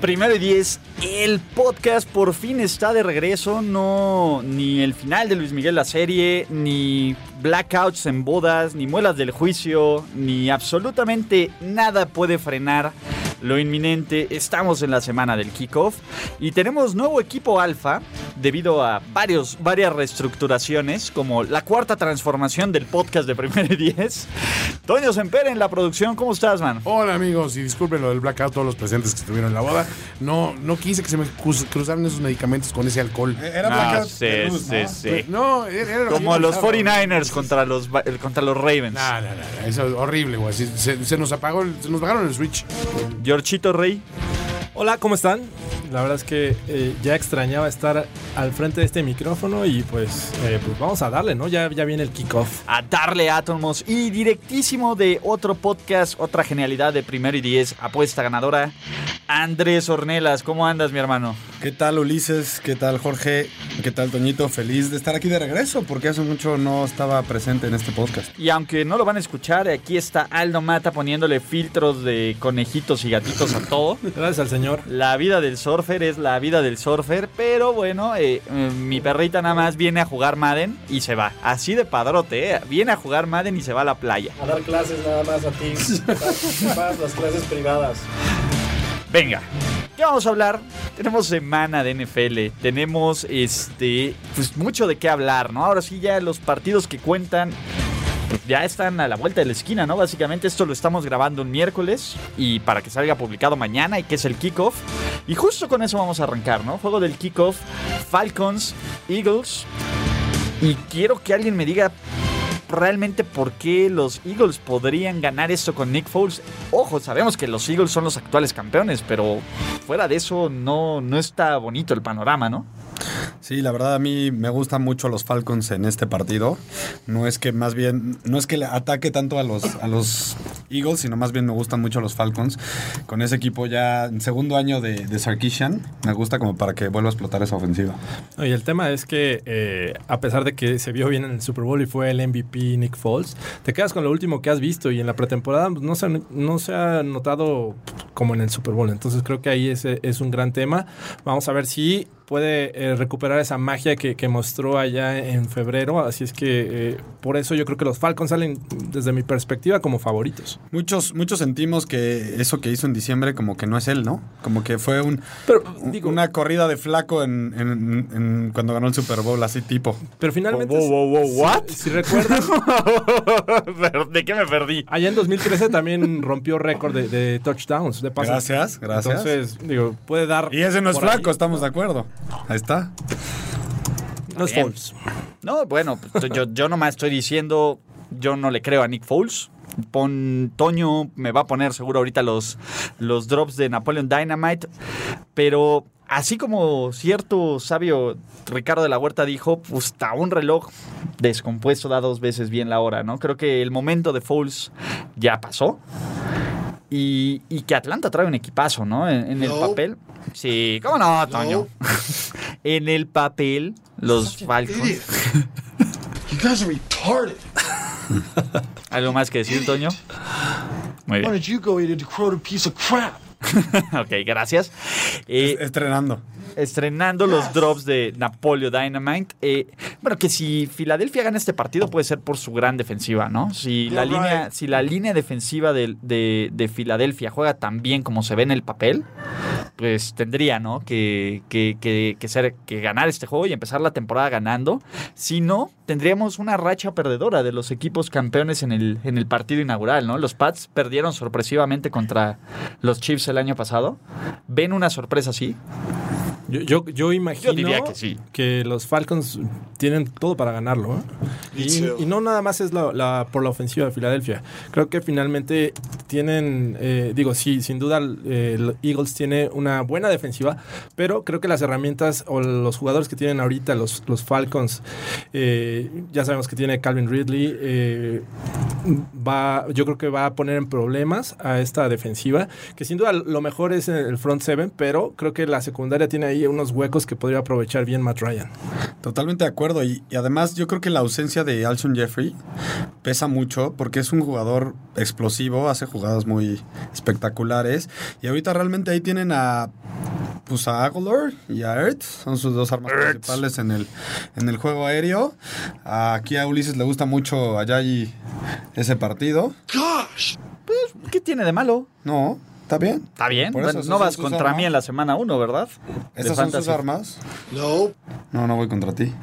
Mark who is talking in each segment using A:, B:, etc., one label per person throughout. A: Primero y 10, el podcast por fin está de regreso. No, ni el final de Luis Miguel la serie, ni blackouts en bodas, ni muelas del juicio, ni absolutamente nada puede frenar lo inminente. Estamos en la semana del kickoff y tenemos nuevo equipo alfa debido a varios, varias reestructuraciones, como la cuarta transformación del podcast de Primero y 10. Toño Semper en la producción, ¿cómo estás, man?
B: Hola amigos, y disculpen lo del blackout, todos los presentes que estuvieron en la boda. No, no quise que se me cruz- cruzaran esos medicamentos con ese alcohol.
C: Eh,
B: Pues,
C: Era
A: Ah,
C: blackout
A: sí,
C: de luz,
A: sí,
C: ¿no?
A: sí.
B: No, era era lo que
A: Como
B: yo
A: los
B: pensaba.
A: 49ers contra los, ba- eh, contra los Ravens.
B: No, no, no, eso es horrible, güey. Sí, Se, se nos apagó, el- se nos bajaron el switch.
A: Georgito Rey.
D: Hola, ¿cómo están? La verdad es que eh, ya extrañaba estar al frente de este micrófono y pues, eh, pues vamos a darle, ¿no? Ya, ya viene el kickoff.
A: a darle átomos y directísimo de otro podcast, otra genialidad de primero y diez, apuesta ganadora, Andrés Ornelas. ¿Cómo andas, mi hermano?
C: ¿Qué tal Ulises? ¿Qué tal Jorge? ¿Qué tal Toñito? Feliz de estar aquí de regreso porque hace mucho no estaba presente en este podcast.
A: Y aunque no lo van a escuchar, aquí está Aldo Mata poniéndole filtros de conejitos y gatitos a todo.
D: Gracias al señor.
A: La vida del surfer es la vida del surfer, pero bueno, eh, mm, mi perrita nada más viene a jugar Madden y se va. Así de padrote, eh. viene a jugar Madden y se va a la playa.
E: a dar clases nada más a ti. Vas- vas las clases privadas.
A: Venga, ¿qué vamos a hablar? Tenemos semana de NFL, tenemos este, pues mucho de qué hablar, ¿no? Ahora sí ya los partidos que cuentan pues, ya están a la vuelta de la esquina, ¿no? Básicamente esto lo estamos grabando un miércoles y para que salga publicado mañana y que es el kickoff. Y justo con eso vamos a arrancar, ¿no? Juego del kickoff, Falcons, Eagles. Y quiero que alguien me diga realmente por qué los Eagles podrían ganar esto con Nick Foles. Ojo, sabemos que los Eagles son los actuales campeones, pero fuera de eso no, no está bonito el panorama, ¿no?
C: Sí, la verdad a mí me gustan mucho los Falcons en este partido. No es que más bien, no es que le ataque tanto a los, a los Eagles, sino más bien me gustan mucho los Falcons. Con ese equipo ya en segundo año de, de Sarkisian, me gusta como para que vuelva a explotar esa ofensiva.
D: No, Y el tema es que eh, a pesar de que se vio bien en el Super Bowl y fue el MVP Nick Foles, te quedas con lo último que has visto y en la pretemporada pues, no se, ha- no se ha notado como en el Super Bowl. Entonces creo que ahí es, es un gran tema. Vamos a ver si puede eh, recuperar esa magia que, que mostró allá en febrero. Así es que eh, por eso yo creo que los Falcons salen desde mi perspectiva como favoritos.
C: Muchos, muchos sentimos que eso que hizo en diciembre como que no es él, ¿no? Como que fue un,
D: Pero
C: un-
D: Pues, digo,
C: una corrida de flaco en, en- en- cuando ganó el Super Bowl, así tipo.
D: pero finalmente...
A: Wow, wow, wow,
D: si-
A: what?
D: si recuerdan,
A: Pero, ¿De qué me perdí?
D: Allá en 2013 también rompió récord de, de touchdowns, de pases.
C: Gracias, gracias.
D: Entonces, digo, puede dar.
C: y ese no es
D: por ahí.
C: flaco, estamos de acuerdo. Ahí está.
D: No es
A: Bien.
D: Foles.
A: No, bueno, pues, yo, yo nomás estoy diciendo, yo no le creo a Nick Foles. Pon, Toño me va a poner seguro ahorita los, los drops de Napoleon Dynamite. Pero así como cierto sabio Ricardo de la Huerta dijo, pues está un reloj descompuesto da dos veces bien la hora, ¿no? Creo que el momento de Foles ya pasó. Y, y que Atlanta trae un equipazo, ¿no? En, en el
E: No.
A: papel. Sí, ¿cómo no, Toño? en el papel, los Falcons.
E: You guys are retarded.
A: ¿Algo más que decir, Toño? Muy bien.
E: you go eat a crow piece of crap?
A: Ok, gracias. Eh,
C: Estrenando.
A: estrenando los drops de Napoleo Dynamite. Eh, bueno, que si Filadelfia gana este partido puede ser por su gran defensiva, ¿no? Si la, línea, si la línea defensiva del- de, de Filadelfia juega tan bien como se ve en el papel, pues tendría, ¿no? Que, que- que- que ser, que ganar este juego y empezar la temporada ganando. Si no, tendríamos una racha perdedora de los equipos campeones en el, en el partido inaugural, ¿no? Los Pats perdieron sorpresivamente contra los Chiefs el año pasado. ¿Ven una sorpresa así?
D: Yo, yo, yo imagino
A: Yo diría que sí.
D: que los Falcons tienen todo para ganarlo. ¿eh? Y, y no nada más es la, la- por la ofensiva de Filadelfia. Creo que finalmente tienen, eh, digo, sí, sin duda eh, el Eagles tiene una buena defensiva, pero creo que las herramientas o los jugadores que tienen ahorita los, los Falcons, eh, ya sabemos que tiene Calvin Ridley, eh, va, yo creo que va a poner en problemas a esta defensiva, que sin duda lo mejor es el front seven, pero creo que la secundaria tiene ahí unos huecos que podría aprovechar bien Matt Ryan.
C: Totalmente de acuerdo. Y, y además yo creo que la ausencia de Alshon Jeffrey pesa mucho porque es un jugador explosivo, hace jugadas muy espectaculares. Y ahorita realmente ahí tienen a... Pues a Aguilar y a Ertz son sus dos armas principales en el, en el juego aéreo. Aquí a Ulises le gusta mucho a Yayi ese partido.
A: ¿Qué tiene de malo?
C: No, está bien.
A: Está bien.
C: Por eso,
A: Bueno,
C: esas
A: no
C: son
A: vas
C: sus
A: contra
C: armas.
A: mí en la semana 1, ¿verdad? De
C: ¿Estas son sus
A: fantasy.
C: armas?
F: No.
C: No, no voy contra ti.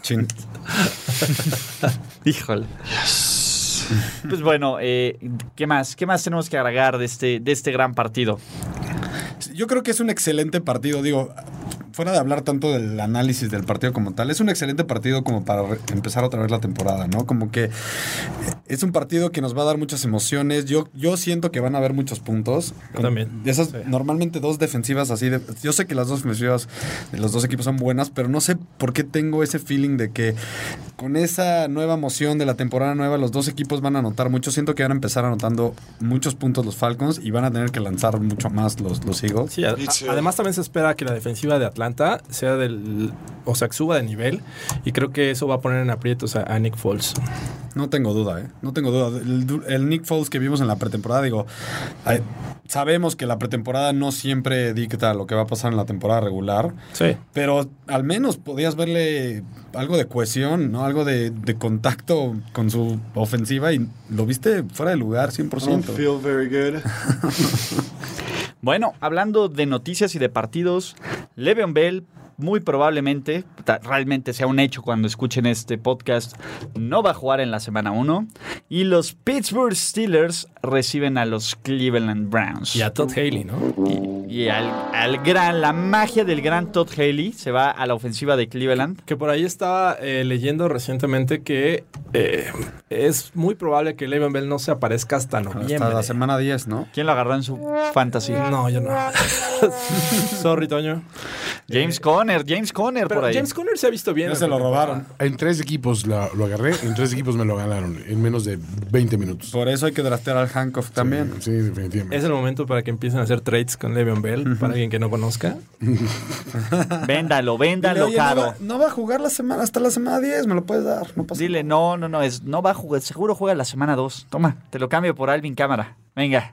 C: Ching.
A: Híjole. Pues bueno, eh, ¿qué más? ¿Qué más tenemos que agregar de este, de este gran partido?
C: Yo creo que es un excelente partido, digo, fuera de hablar tanto del análisis del partido como tal, es un excelente partido como para re- empezar otra vez la temporada, ¿no? Como que eh, es un partido que nos va a dar muchas emociones, yo, yo siento que van a haber muchos puntos. Con-
D: también.
C: De esas, normalmente dos defensivas así, de- yo sé que las dos defensivas de los dos equipos son buenas, pero no sé por qué tengo ese feeling de que con esa nueva emoción de la temporada nueva, los dos equipos van a anotar mucho. Siento que van a empezar anotando muchos puntos los Falcons y van a tener que lanzar mucho más los, los Eagles.
D: Sí, a- a- además también se espera que la defensiva de Atlanta sea del, o sea, que suba de nivel y creo que eso va a poner en aprietos a, a Nick Foles.
C: No tengo duda, ¿eh? No tengo duda. El, du- el Nick Foles que vimos en la pretemporada, digo, eh, sabemos que la pretemporada no siempre dicta lo que va a pasar en la temporada regular,
D: Sí.
C: pero al menos podías verle algo de cohesión, ¿no? Algo de, de contacto con su ofensiva y lo viste fuera de lugar 100%.
F: feel very good.
A: Bueno, hablando de noticias y de partidos, Le'Veon Bell muy probablemente, ta- realmente sea un hecho cuando escuchen este podcast, no va a jugar en la semana 1. Y los Pittsburgh Steelers reciben a los Cleveland Browns.
D: Y a Todd Haley, ¿no?
A: Y al, al gran, la magia del gran Todd Haley se va a la ofensiva de Cleveland.
D: Que por ahí estaba eh, leyendo recientemente que eh, es muy probable que Le'Veon Bell no se aparezca hasta
C: Hasta
D: noviembre.
C: la semana 10, ¿no?
A: ¿Quién lo agarró en su fantasy?
D: No, yo no. Sorry, Toño.
A: James Conner, James Conner
D: Pero
A: por ahí. Ah.
D: James Conner se ha visto bien.
C: Ya se lo robaron.
B: En tres equipos la- lo agarré, en tres equipos me lo ganaron, en menos de 20 minutos.
C: Por eso hay que draftear al Hancock también.
B: Sí, definitivamente.
D: Es el momento para que empiecen a hacer trades con Le'Veon Bell, para alguien que no conozca.
A: Véndalo,
C: Dile,
A: véndalo
C: "Oye, no,
A: caro.
C: va, no va a jugar la semana, hasta la semana 10, me lo puedes dar. No pasa
A: Dile, no, no, no, es, no va a jugar, seguro juega la semana 2. Toma, te lo cambio por Alvin Cámara. Venga.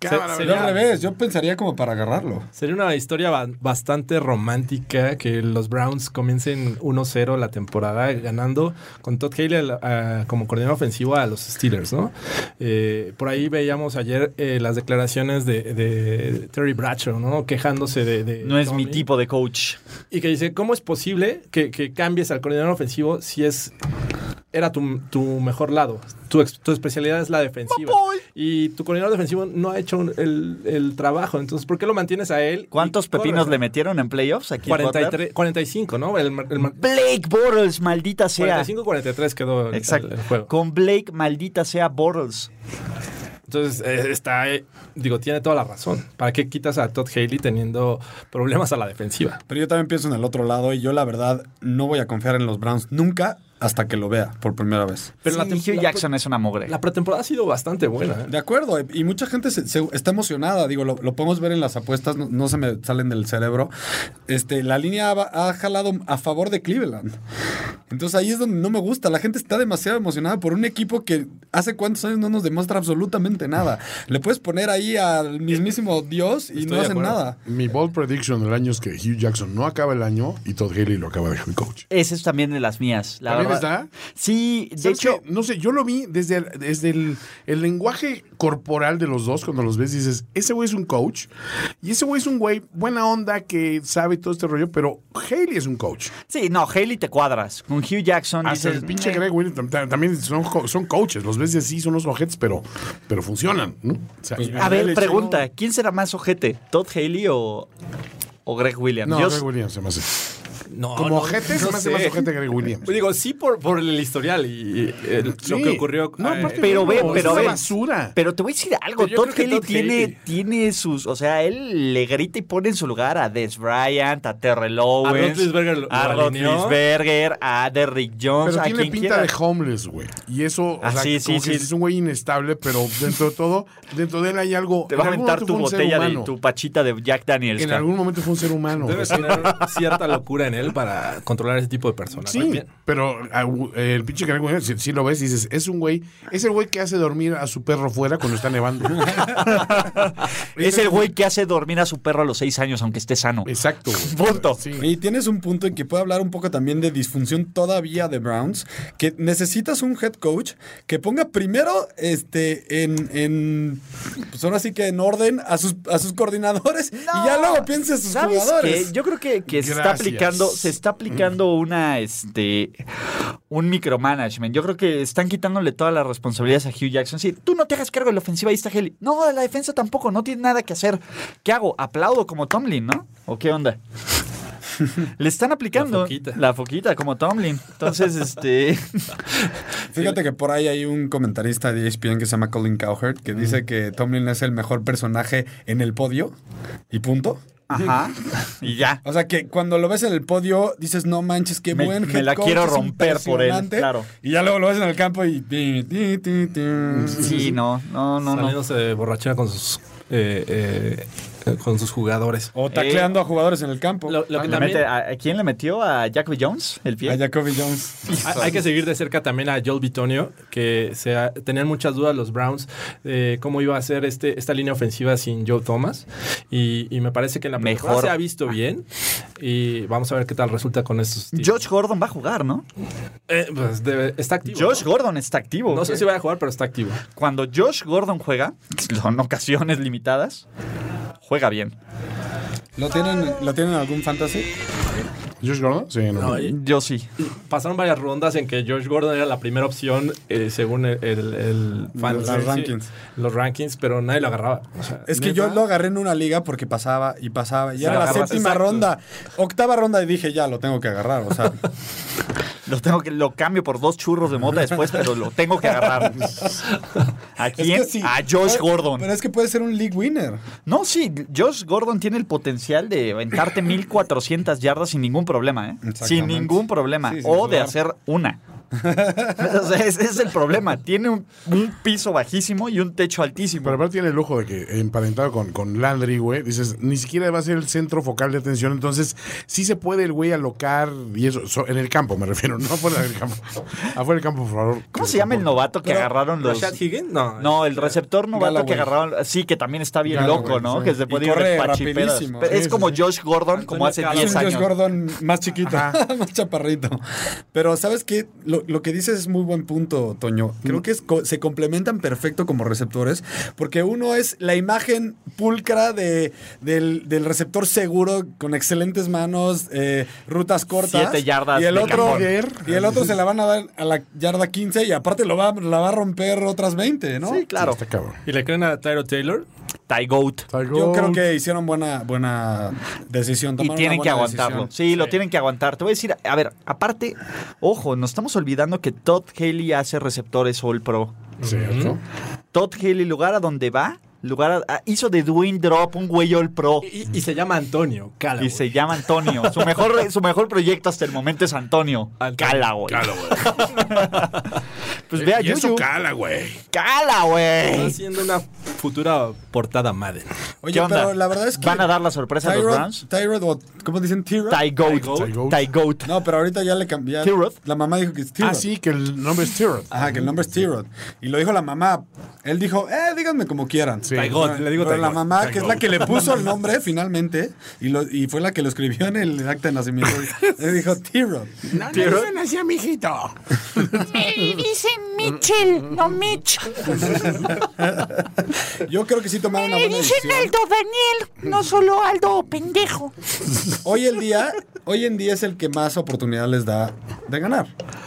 D: Cámara,
C: Yo al revés, yo pensaría como para agarrarlo.
D: Sería una historia ba- bastante romántica que los Browns comiencen 1-0 la temporada ganando con Todd Haley al- a- como coordinador ofensivo a los Steelers, ¿no? Eh, por ahí veíamos ayer eh, las declaraciones de, de Terry Bradshaw, ¿no? Quejándose de... de
A: No es mi
D: Tomlin.
A: tipo de coach.
D: Y que dice, ¿cómo es posible que, que cambies al coordinador ofensivo si es era tu, tu mejor lado? Tu, ex- tu especialidad es la defensiva. Y tu coordinador defensivo no ha hecho un- el, el trabajo. Entonces, ¿por qué lo mantienes a él?
A: ¿Cuántos
D: Y corres,
A: pepinos
D: ¿no?
A: le metieron en playoffs aquí? en
D: 43, 45, ¿no? El, mar- el mar-
A: Butler? Blake Bortles,
B: Mm,
A: maldita sea.
D: 45-43 quedó el,
A: Exacto.
D: el juego.
A: Con Blake, maldita sea Bortles.
D: Entonces, eh, está, eh, digo, tiene toda la razón. ¿Para qué quitas a Todd Haley teniendo problemas a la defensiva?
C: Pero yo también pienso en el otro lado y yo la verdad no voy a confiar en los Browns nunca hasta que lo vea por primera vez.
D: Pero la
A: Sí,
D: tem-
A: Hugh
D: la-
A: Jackson es una mogre.
D: La pretemporada ha sido bastante buena. ¿eh?
C: De acuerdo, y mucha gente se- se- está emocionada, digo, lo, lo podemos ver en las apuestas, no, no se me salen del cerebro. Este, la línea ha, ha jalado a favor de Cleveland. Entonces ahí es donde no me gusta, la gente está demasiado emocionada por un equipo que hace cuántos años no nos demuestra absolutamente nada. Le puedes poner ahí al mismísimo Dios y
D: Estoy
C: no
D: de
C: hacen
D: acuerdo.
C: nada.
B: Mi bold prediction del año es que Hugh Jackson no acaba el año y Todd Haley lo acaba de head coach.
A: Esa es también de las mías. La
B: ¿También
A: verdad. Sí, de
B: ¿Sabes
A: hecho,
B: qué? no sé, yo lo vi desde, el, desde el, el lenguaje corporal de los dos. Cuando los ves, dices, ese güey es un coach y ese güey es un güey buena onda que sabe todo este rollo, pero Haley es un coach.
A: sí, no, Haley te cuadras. Con Hugh Jackson
B: Hasta
A: dices,
B: Ah, el pinche
A: "Eh".
B: Greg Williams tam- tam- también son, co- son coaches. Los ves y así, son unos ojetes, pero, pero
A: Pues,
B: funcionan, ¿no? O sea,
A: A ver, pregunta, ¿quién será más ojete? ¿Todd Haley o, o o Greg Williams.
B: No,
A: Yo-
B: Greg Williams se me hace.
D: No,
B: Como
D: no,
B: ojete
D: no
B: se me hace
D: sé.
B: más ojete Greg Williams.
D: Pues digo, sí por, por el historial y, y, el- lo
B: Sí.
D: que ocurrió.
B: No,
D: eh,
B: aparte,
A: pero ve,
B: no,
A: pero
B: es
A: ve.
B: una basura.
A: Pero te voy a decir algo,
D: Pero yo
A: Todd
D: creo que
A: Haley
D: Todd
A: tiene,
D: Haley.
A: tiene sus, o sea, él le grita y pone en su lugar a Des Bryant, a Terrell
D: a
A: Owens,
D: Roethlisberger lo- lo
A: a
D: alineó.
A: Roethlisberger, a Derrick Jones,
B: Pero
A: a
B: tiene
A: Pues, quien
B: pinta
A: quiera.
B: de homeless, güey. Y eso, o
A: Ah,
B: sea,
A: sí,
B: como
A: sí,
B: que
A: sí.
B: es un güey inestable, pero dentro de todo, dentro de él hay algo.
A: Te va a
B: en algún
A: aventar
B: momento
A: tu
B: fue un ser
A: botella de
B: humano.
A: tu pachita de Jack Daniels.
B: En
A: cara.
B: algún momento fue un ser humano. güey.
D: Debes tener cierta locura en él para controlar ese tipo de personas.
B: Sí,
D: también.
B: pero ah, u- eh, el pinche Greg Williams, si, si lo ves, dices, es un güey, es el güey que hace dormir a su perro fuera cuando está nevando.
A: Es el güey que hace dormir a su perro a los seis años, aunque esté sano.
B: Exacto. güey.
A: Punto.
B: Sí.
C: Y tienes un punto en que puedo hablar un poco también de disfunción todavía de Browns, que necesitas un head coach que ponga primero este en, en pues ahora sí que en orden a sus a sus coordinadores y ya luego piense en sus
A: ¿Sabes
C: jugadores.
A: qué? Yo creo que, que se está
B: Gracias.
A: aplicando, se está aplicando una, este, un micromanagement. Yo creo que están quitándole todas las responsabilidades a Hugh Jackson. Sí, tú no te hagas cargo de la ofensiva, ahí está Haley. No, de la defensa tampoco, no tiene nada que hacer. ¿Qué hago? Aplaudo como Tomlin, ¿no? ¿O qué onda? Le están aplicando
D: La foquita.
A: la foquita como Tomlin. Entonces, este.
C: Fíjate que por ahí hay un comentarista de E ESPN que se llama Colin Cowherd que dice que Tomlin es el mejor personaje en el podio y punto.
A: Ajá. Y ya.
C: O sea que cuando lo ves en el podio dices, no manches, qué
A: Me-
C: buen
A: me
C: head
A: la
C: coach,
A: quiero
C: es
A: romper por él,
C: impresionante".
A: claro.
C: Y ya luego lo ves en el campo y... ti, ti, ti, ti.
A: Sí, no, no, no, no.
D: Saliéndose de borrachera con sus, eh, eh, eh, con sus jugadores.
C: O tacleando a jugadores en el campo.
D: Lo, lo que
A: Le
D: también-
A: mete- ¿a, a quién le metió? ¿A Jacoby Jones? ¿El pie?
C: A Jacoby Jones.
D: Hay, hay que seguir de cerca también a Joel Bitonio, que se ha- tenían muchas dudas los Browns de cómo iba a ser este, esta línea ofensiva sin Joe Thomas. Y, y me parece que en la pretemporada
A: Mejor.
D: se ha visto bien. Y vamos a ver qué tal resulta con estos. tipos.
A: Josh Gordon va a jugar, ¿no?
D: Eh, pues, debe- está activo.
A: Josh
D: ¿no?
A: Gordon está activo.
D: No sé si va a jugar, pero está activo.
A: Cuando Josh Gordon juega, que son ocasiones limitadas, juega bien.
C: ¿Lo tienen, ¿Lo tienen en algún fantasy?
B: ¿Josh Gordon? Sí, no.
A: Yo sí.
D: Pasaron varias rondas en que Josh Gordon era la primera opción eh, según el, el- el fan-
C: Los
D: sí, sí,
C: rankings.
D: los rankings, pero nadie lo agarraba. O sea,
C: Es que yo lo agarré en una liga porque pasaba y pasaba. Y era la
D: agarras,
C: séptima
D: exacto.
C: ronda. Octava ronda y dije, ya, lo tengo que agarrar. O sea,
A: Lo tengo que lo cambio por dos churros de mota después, pero lo tengo que agarrar. ¿A
C: es
A: quién?
C: que sí.
A: A Josh
C: Pero-
A: Gordon.
C: Pero es que puede ser un league winner.
A: No, sí, Josh Gordon tiene el potencial de aventarte 1400 yardas sin ningún problema, ¿eh?
C: Exactamente.
A: Sin ningún problema.
C: Sí, sin
A: o de
C: dudar.
A: hacer una. o sea, ese es el problema. Tiene un, un piso bajísimo y un techo altísimo.
B: Pero aparte tiene el ojo de que emparentado con, con Landry, güey, dices, ni siquiera va a ser el centro focal de atención, entonces sí se puede el güey alocar y eso, so- en el campo me refiero, no afuera del campo. Afuera del campo, por favor.
A: ¿Cómo se llama el novato que
D: Pero,
A: agarraron los...
D: ¿Rashad Higgins? No.
A: No, el receptor novato
C: Galloway.
A: que agarraron... Sí, que también está bien
C: Galloway,
A: loco, ¿no?
C: sí.
A: Que se
C: Y
A: puede ir
C: corre
A: de pachipedas.
C: rapidísimo.
A: Pero
C: Sí,
A: es
C: sí,
A: como Josh Gordon,
D: Antonio
A: como hace
D: Carlos.
A: 10
C: Es un Josh
A: años.
C: Gordon más chiquito, más chaparrito. Pero sabes que lo, lo que dices es muy buen punto, Toño.
A: Mm.
C: Creo que es co- se complementan perfecto como receptores, porque uno es la imagen pulcra de, del, del receptor seguro, con excelentes manos, eh, rutas cortas.
A: Siete yardas
C: Y el,
A: de
C: otro,
A: cajón.
C: y el otro se la van a dar a la yarda 15 y aparte lo va, la va a romper otras 20, ¿no?
A: Sí, claro.
B: Está cabrón.
D: ¿Y le creen a Tyro Taylor?
A: Ty Goat.
C: Yo creo que hicieron buena, buena decisión.
A: Y
C: tomaron una
A: tienen que
C: buena
A: aguantarlo.
C: decisión.
A: Sí, lo tienen que aguantar. Te voy a decir, a ver, aparte, ojo, nos estamos olvidando que Todd Haley hace receptores All Pro.
B: Cierto.
A: Todd Haley, lugar a donde va, lugar a- ah, hizo de Dwayne Drop un güey All Pro.
D: Y, y se llama Antonio Callaway.
A: Y se llama Antonio. Su mejor, su mejor proyecto hasta el momento es Antonio.
D: Antonio
A: Callaway. pues ve a
B: Y eso
A: Yuyu.
B: cala, güey.
D: Está
A: Callaway.
D: haciendo una futura portada Madden.
A: ¿Qué
C: Oye,
A: onda?
C: pero la verdad es que...
A: ¿Van a dar la sorpresa a los
C: Tyrod-
A: Browns?
C: Tyrod o- ¿cómo dicen? Tyrod.
A: Ty
B: Ty
A: Goat.
B: Goat.
A: Ty Goat.
C: No, pero ahorita ya le cambié.
A: Tyrod.
C: La mamá dijo que es Tyrod.
B: Ah, sí, que el nombre es Tyrod.
C: Ajá, que el nombre es Tyrod. Y lo dijo la mamá. Él dijo, eh, díganme como quieran.
B: Sí.
D: Tygod,
C: Pero-
D: le digo
C: pero la
D: Tygod.
C: mamá, que es la que le puso el nombre finalmente, y, lo, y fue la que lo escribió en el acta de nacimiento, le dijo Tyrod.
B: No, no, no, así a mi hijito.
F: dicen Mitchell, no Mitch.
C: Yo creo que sí tomaron una
F: Me
C: buena
F: dicen
C: decisión.
F: Eh, Aldo Daniel, no solo Aldo pendejo.
C: Hoy el día, hoy en día es el que más oportunidad les da de ganar.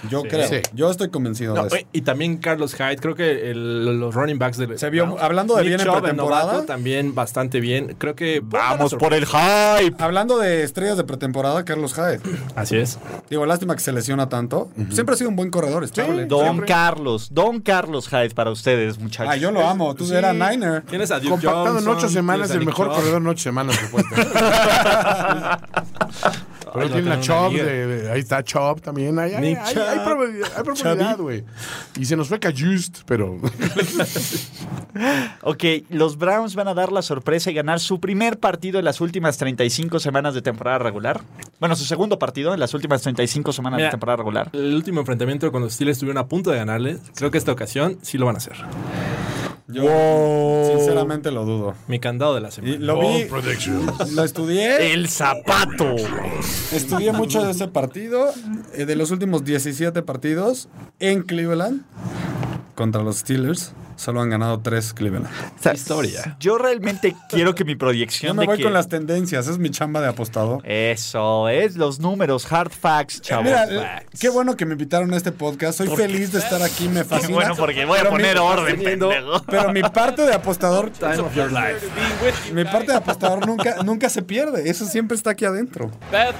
C: Yo creo.
B: Sí.
C: Yo estoy convencido
D: No,
C: de eso.
D: oye, y también Carlos Hyde, creo que el- los running backs de
C: Se vio- hablando de bien en pretemporada.
D: también bastante bien. Creo que
A: Vamos por el hype.
C: Hablando de estrellas de pretemporada, Carlos Hyde.
D: Así es.
C: Digo, lástima que se lesiona tanto. Siempre ha sido un buen corredor, estable.
A: Don Carlos, Don Carlos Hyde para ustedes, muchachos.
C: Ah, yo lo amo. Tú eras Niner.
D: Tienes a Duke
B: Compactado
D: Johnson,
B: en ocho semanas,
D: tienes a
B: el
D: Nick
B: mejor
D: Chubb.
B: corredor en ocho semanas, supuesto. Pero tiene la Chop, de- de- ahí está Chop también. Hay, hay,
D: Nick
B: hay,
D: Chubb.
B: hay probabilidad, hay probabilidad, güey. Y se nos fue Cayust, pero
A: Ok, los Browns van a dar la sorpresa y ganar su primer partido en las últimas 35 semanas de temporada regular. Bueno, su segundo partido en las últimas 35 semanas de
D: Mira.
A: temporada regular.
D: El último enfrentamiento cuando los Steelers estuvieron a punto de ganarles, creo que esta ocasión sí lo van a hacer.
C: Yo, sinceramente, lo dudo.
D: Mi candado de la semana.
C: Y lo vi,
A: pues.
C: lo estudié.
A: El zapato.
C: Estudié mucho de ese partido. eh, De los últimos 17 partidos en Cleveland contra los Steelers, solo han ganado 3 Cleveland.
D: historia.
A: Yo realmente quiero que mi
C: Yo
A: proyección
C: me
A: de
C: voy
A: que... Eh,
C: con las tendencias, es mi chamba de apostador.
A: Eso es, los números, hard facts, chavos.
C: Eh, Mira,
A: facts.
C: qué bueno que me invitaron a este podcast. Soy feliz de estar aquí, me fascina.
A: Qué bueno, porque voy a
C: Pero mi-
A: poner orden, pendejo.
C: Pero mi parte de apostador,
D: Time of your life.
C: mi parte de apostador nunca, nunca se pierde. Eso siempre está aquí adentro.
G: Beth,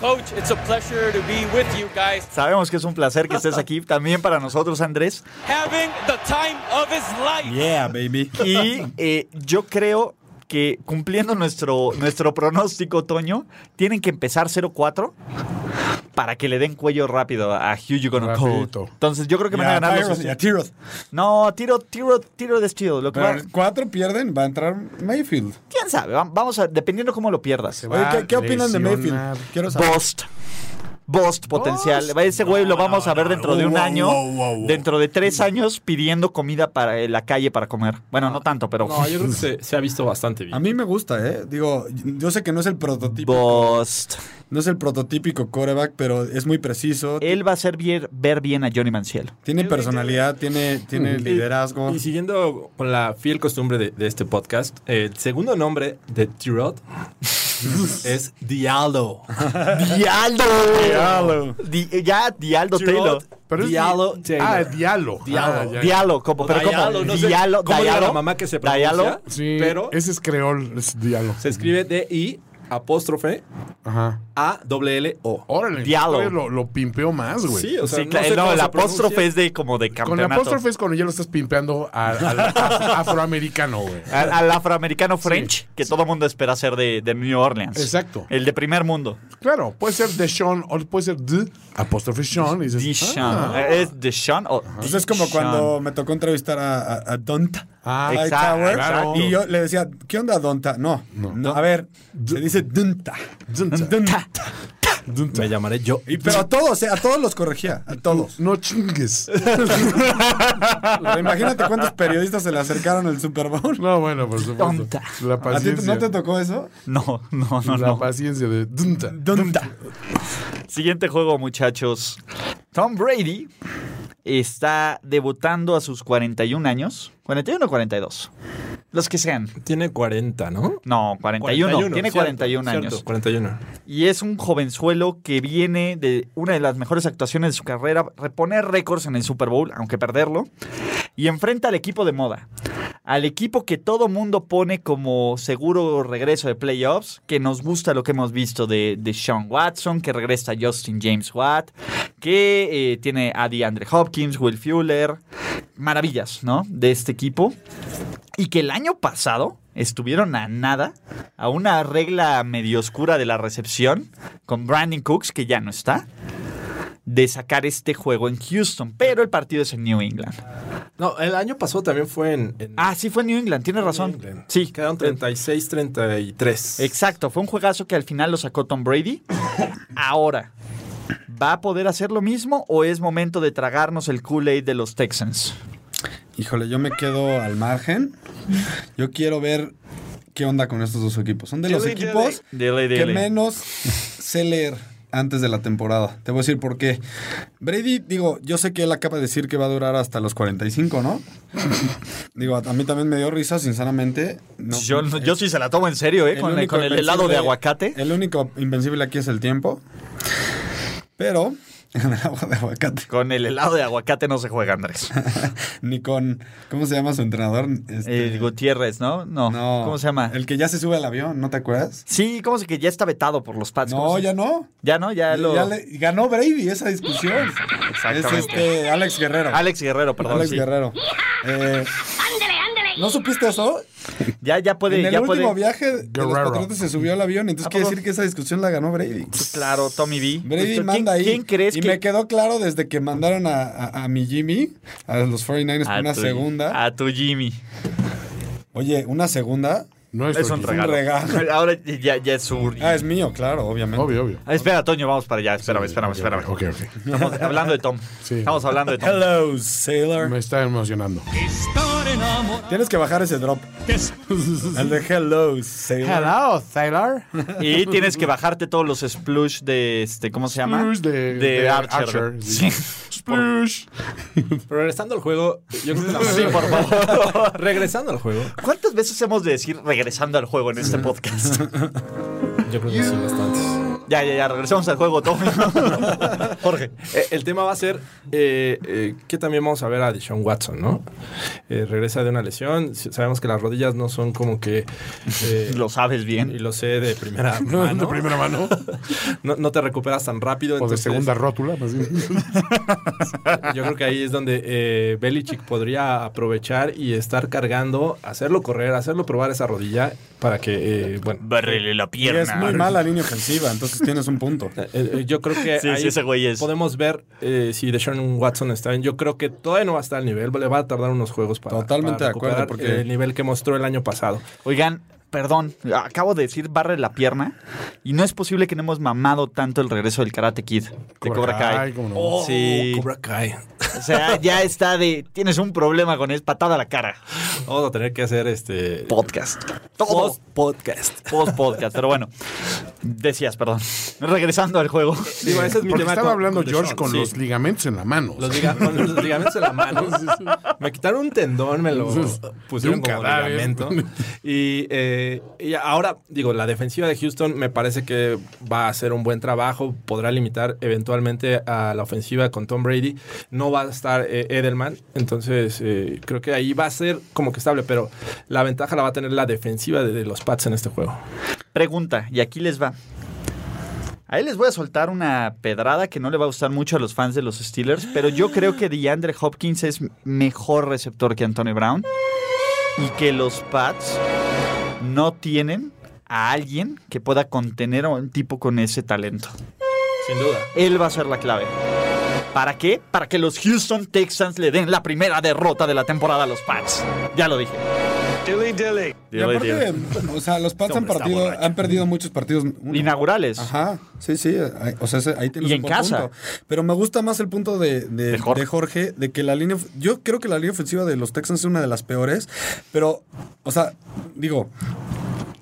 G: coach, it's a pleasure to be with you guys.
A: Sabemos que es un placer que estés aquí también para nosotros, Andrés.
G: Having the time of his life.
C: Yeah, baby.
A: Y eh, yo creo que cumpliendo nuestro, nuestro pronóstico, Toño, tienen que empezar 0-4 para que le den cuello rápido a Hugh
B: Rapidito.
A: Gonoco. Entonces yo creo que
C: Y
A: van a
C: a
A: ganar los...
C: tiros, y a tiros.
A: No, tiro, tiro, tiro de estilo. Lo que
C: Pero
A: va-
C: cuatro pierden, va a entrar Mayfield.
A: ¿Quién sabe? Va- Vamos a... Dependiendo cómo lo pierdas.
C: Oye,
B: va
C: ¿qué, qué
B: a
C: opinan de
B: lesionar.
C: Mayfield? Quiero saber.
A: Bost. Bost potencial. Ese güey lo vamos a ver dentro de un año, dentro de tres años, pidiendo comida para en la calle para comer. Bueno, no tanto, pero...
D: No, yo creo que se, se ha visto bastante
C: A
D: bien.
C: mí me gusta, ¿eh? Digo, yo sé que no es el prototipo.
A: Bost.
C: No es el prototípico coreback, pero es muy preciso.
A: Él va a hacer bien, ver bien a Johnny Manciel.
C: Tiene personalidad, tiene, tiene liderazgo.
D: Y siguiendo con la fiel costumbre de, de este podcast, el segundo nombre de T-Rod es Diallo.
A: ¡Dialdo! Di- ya, Dialdo Taylor.
D: Ah,
B: Pero es
D: Diallo
B: di-
D: Taylor.
B: Ah, Diallo. Ah, ya, ya.
A: Diallo, como, pero como
D: Diallo, no sé
A: Diallo,
D: cómo diga
A: Diallo,
D: la mamá que se pronuncia.
A: Diallo,
B: Sí,
D: Pero-
B: ese es creol, es Diallo.
D: Se escribe D-I apóstrofe
B: Ajá.
D: A-L-L-O.
B: Órale,
A: Diallo.
B: todavía Lo, lo pimpeó más, güey.
D: Sí, o sea,
A: sí,
D: no
A: claro,
D: sé
A: no,
D: cómo
A: el
D: se
A: apóstrofe
D: pronuncia.
A: es de como de
B: Con la
A: campeonato.
B: apóstrofe es cuando ya lo estás pimpeando a- al af- afroamericano, güey.
A: Al, al afroamericano French, que todo mundo espera ser de, de New Orleans.
B: Exacto.
A: El de primer mundo.
B: Claro, puede ser de Sean o puede ser de apóstrofe Sean. Y dices, "Ah,
A: Deshaun. ¿Es Deshaun o
C: Pues es como
A: Deshaun?
C: cuando me tocó entrevistar a, a, a Donta.
B: Ah,
C: Hightower,
A: exacto.
C: Y yo le decía, ¿qué onda Donta? No, no, a ver, se dice Dunta.
B: Dunta.
C: Dunta.
D: Me llamaré yo.
C: Y, pero a todos, eh, a todos los corregía, a todos.
B: No chingues.
C: Imagínate cuántos periodistas se le acercaron al Super Bowl.
B: No, bueno, por supuesto.
A: Tonta.
B: La
C: ¿A ti
B: paciencia.
C: no te tocó eso?
A: No, no, no,
B: la
A: no.
B: paciencia de Dunta.
C: Dunta.
A: Siguiente juego, muchachos. Tom Brady está debutando a sus 41 años. 41 o 42. Los que sean.
D: Tiene 40, ¿no?
A: No, 41. tiene
D: cierto,
A: 41
D: cierto,
A: años.
D: 41.
A: Y es un jovenzuelo que viene de una de las mejores actuaciones de su carrera, reponer récords en el Super Bowl, aunque perderlo, y enfrenta al equipo de moda, al equipo que todo mundo pone como seguro regreso de playoffs, que nos gusta lo que hemos visto de, de Sean Watson, que regresa Justin James Watt, que eh, tiene a DeAndre Hopkins, Will Fuller, maravillas, ¿no? De este equipo. Y que el año pasado estuvieron a nada, a una regla medio oscura de la recepción, con Brandon Cooks, que ya no está, de sacar este juego en Houston. Pero el partido es en New England.
D: No, el año pasado también fue en. en-
A: Ah, sí, fue en New England, tienes razón.
D: England.
A: Sí,
D: Quedaron 36-33.
A: Exacto, fue un juegazo que al final lo sacó Tom Brady. Ahora, ¿va a poder hacer lo mismo o es momento de tragarnos el Kool-Aid de los Texans?
C: Híjole, yo me quedo al margen. Yo quiero ver qué onda con estos dos equipos. Son de los equipos
A: Dele,
C: que
A: dele.
C: menos sé leer antes de la temporada. Te voy a decir por qué. Brady, digo, yo sé que él acaba de decir que va a durar hasta los 45, ¿no? digo, a mí también me dio risa, sinceramente. No,
A: Yo, yo sí se la tomo en serio, ¿eh? Con el,
C: único
A: con el helado de
C: invencible-
A: aguacate.
C: El único invencible aquí es el tiempo. Pero agua de aguacate.
A: Con el helado de aguacate no se juega, Andrés.
C: Ni con. ¿Cómo se llama su entrenador? Este,
A: El Eh, Gutiérrez, ¿no? ¿no?
C: no.
A: ¿Cómo se llama?
C: El que ya se sube al avión, ¿no te acuerdas?
A: Sí, ¿cómo se que ya está vetado por los Pats? ¿Cómo
C: No,
A: se-
C: ya no.
A: Ya no, ya lo.
C: Ya le- ganó Brady esa discusión. Es
A: Exactamente.
C: este Alex Guerrero.
A: Alex Guerrero, perdón.
C: Alex
A: sí.
C: Guerrero. Eh, ¿No supiste eso?
A: Ya, ya puede,
C: en el
A: ya puede.
C: último viaje de los
B: Guerrero.
C: Patriotas se subió al avión, entonces
A: ¿A
C: quiere
A: poco?
C: decir que esa discusión la ganó Brady.
A: Pues Claro, Tommy B.
C: Brady
A: Pues, ¿Quién-
C: manda ahí.
A: ¿Quién crees
C: y
A: que
C: me quedó claro desde que mandaron a, a- a mi Jimmy, a los 49ers, por
A: A
C: una
A: tu-
C: segunda.
A: A tu Jimmy.
C: Oye, una segunda.
B: No es,
A: Es un
B: Toño.
A: regalo.
C: regalo.
A: Ahora ya, ya es su.
C: Ah, es mío, claro, obviamente.
B: Obvio, obvio.
A: Ah, espera, Toño, vamos para allá. Espérame, espérame, espérame.
B: Ok, ok.
A: Estamos hablando de Tom.
B: Sí.
A: Estamos hablando de Tom.
C: Hello, sailor.
B: Me está emocionando.
C: Tienes que bajar ese drop. El de hello, sailor.
A: Hello, Taylor. Y tienes que bajarte todos los splush de este, ¿cómo se llama?
B: Sploosh de-
A: de
B: de
A: Archer.
B: Archer,
A: Sí.
B: sí.
D: Pero regresando al juego, yo creo que la-
A: Sí, por favor.
D: Regresando al juego,
A: ¿Cuántas veces hemos de decir regresando al juego en este podcast?
D: yo creo que sí, bastantes.
A: Ya, ya, ya, regresamos al juego, Tom. Jorge.
D: Eh, el tema va a ser eh, eh, que también vamos a ver a Deshaun Watson, ¿no? Eh, regresa de una lesión. S- Sabemos que las rodillas no son como que. eh,
A: Lo sabes
D: y
A: bien.
D: lo sé de primera
B: No, de
D: mano.
B: primera mano.
D: No, no te recuperas tan rápido.
B: O de
D: entonces,
B: segunda rótula. más bien.
D: Yo creo que ahí es donde eh, Belichick podría aprovechar y estar cargando, hacerlo correr, hacerlo probar esa rodilla para que, eh, bueno.
A: Barrele la
C: Y
A: pierna.
C: es muy mala línea ofensiva, entonces tienes un punto.
D: eh, eh, yo creo que
A: Sí,
D: ahí
A: sí, ese güey es.
D: podemos ver eh, si Deshaun Watson está bien. Yo creo que todavía no va a estar al nivel, le va a tardar unos juegos para,
C: Totalmente
D: para
C: de acuerdo,
D: recuperar
C: porque-
D: el nivel que mostró el año pasado.
A: Oigan, perdón, acabo de decir barre la pierna y no es posible que no hemos mamado tanto el regreso del Karate Kid de Cobra Kai.
B: cómo no.
A: sí.
D: Cobra Kai.
A: O sea, ya está de tienes un problema con él, patada a la cara.
D: Vamos a tener que hacer este
A: Podcast. Todo
D: podcast.
A: post podcast, pero bueno. Decías, perdón. Regresando al juego.
D: Digo, ese es mi
B: Porque
D: tema
B: estaba
D: con-
B: hablando
D: con
B: George
D: Deshaun,
B: con
D: sí.
B: los ligamentos en la mano.
D: Los, liga- con los ligamentos en la mano. Me quitaron un tendón, me lo
B: Entonces,
D: pusieron
B: de un
D: como
B: cadáver.
D: ligamento. Y, eh, y ahora, digo, la defensiva de Houston me parece que va a hacer un buen trabajo. Podrá limitar eventualmente a la ofensiva con Tom Brady. No va a estar eh, Edelman. Entonces, eh, creo que ahí va a ser como que estable. Pero la ventaja la va a tener la defensiva de, de los Pats en este juego.
A: Pregunta, y aquí les va. Ahí les voy a soltar una pedrada que no le va a gustar mucho a los fans de los Steelers, pero yo creo que DeAndre Hopkins es mejor receptor que Anthony Brown y que los Pats no tienen a alguien que pueda contener a un tipo con ese talento.
D: Sin duda.
A: Él va a ser la clave. ¿Para qué? Para que los Houston Texans le den la primera derrota de la temporada a los Pats. Ya lo dije.
G: Dilly dilly.
C: Y aparte, o sea, los Pats
A: Este
C: han,
A: hombre está
C: partido,
A: borracho.
C: han perdido muchos partidos. Uno.
A: Inaugurales.
C: Ajá, sí, sí. ahí- O sea, ese- ahí tienes
A: Y
C: un
A: en
C: buen
A: casa.
C: punto. Pero me gusta más el punto de, de-
A: De Jorge.
C: de Jorge, de que la línea. of- Yo creo que la línea ofensiva de los Texans es una de las peores. Pero, o sea, digo.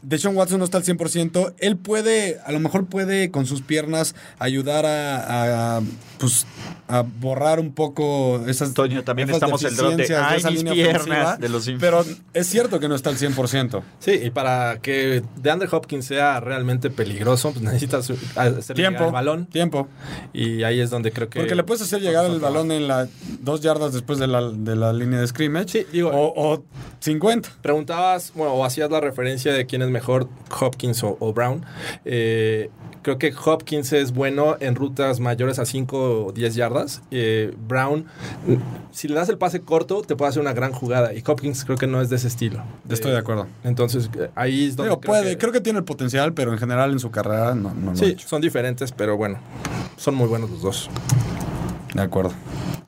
C: Deshaun Watson no está al 100%. Él puede, a lo mejor puede con sus piernas ayudar a, a, pues, a borrar un poco esas.
A: Toño, también
C: esas
A: estamos el drone de,
C: deficiencias
A: "Ay,
C: esa
A: mis
C: línea
A: piernas",
C: ofensiva,
A: de los inf-
C: Pero es cierto que no está al 100%.
D: Sí, y para que DeAndre Hopkins sea realmente peligroso, pues necesitas eh, hacer llegar
C: Tiempo.
D: el balón.
C: Tiempo.
D: Y ahí es donde creo que.
C: Porque le puedes hacer llegar el balón en las dos yardas después de la, de la línea de scrimmage.
D: Sí, digo-
C: O, o 50.
D: Preguntabas, bueno, o hacías la referencia de quién es mejor, Hopkins o, o Brown. Eh, creo que Hopkins es bueno en rutas mayores a 5 o 10 yardas. Eh, Brown, si le das el pase corto, te puede hacer una gran jugada. Y Hopkins creo que no es de ese estilo.
C: Estoy de acuerdo.
D: Entonces, eh, ahí es donde.
C: Digo, puede, creo que tiene el potencial, pero en general en su carrera no, no lo ha
D: Sí,
C: hecho.
D: son diferentes, pero bueno, son muy buenos los dos.
C: De acuerdo.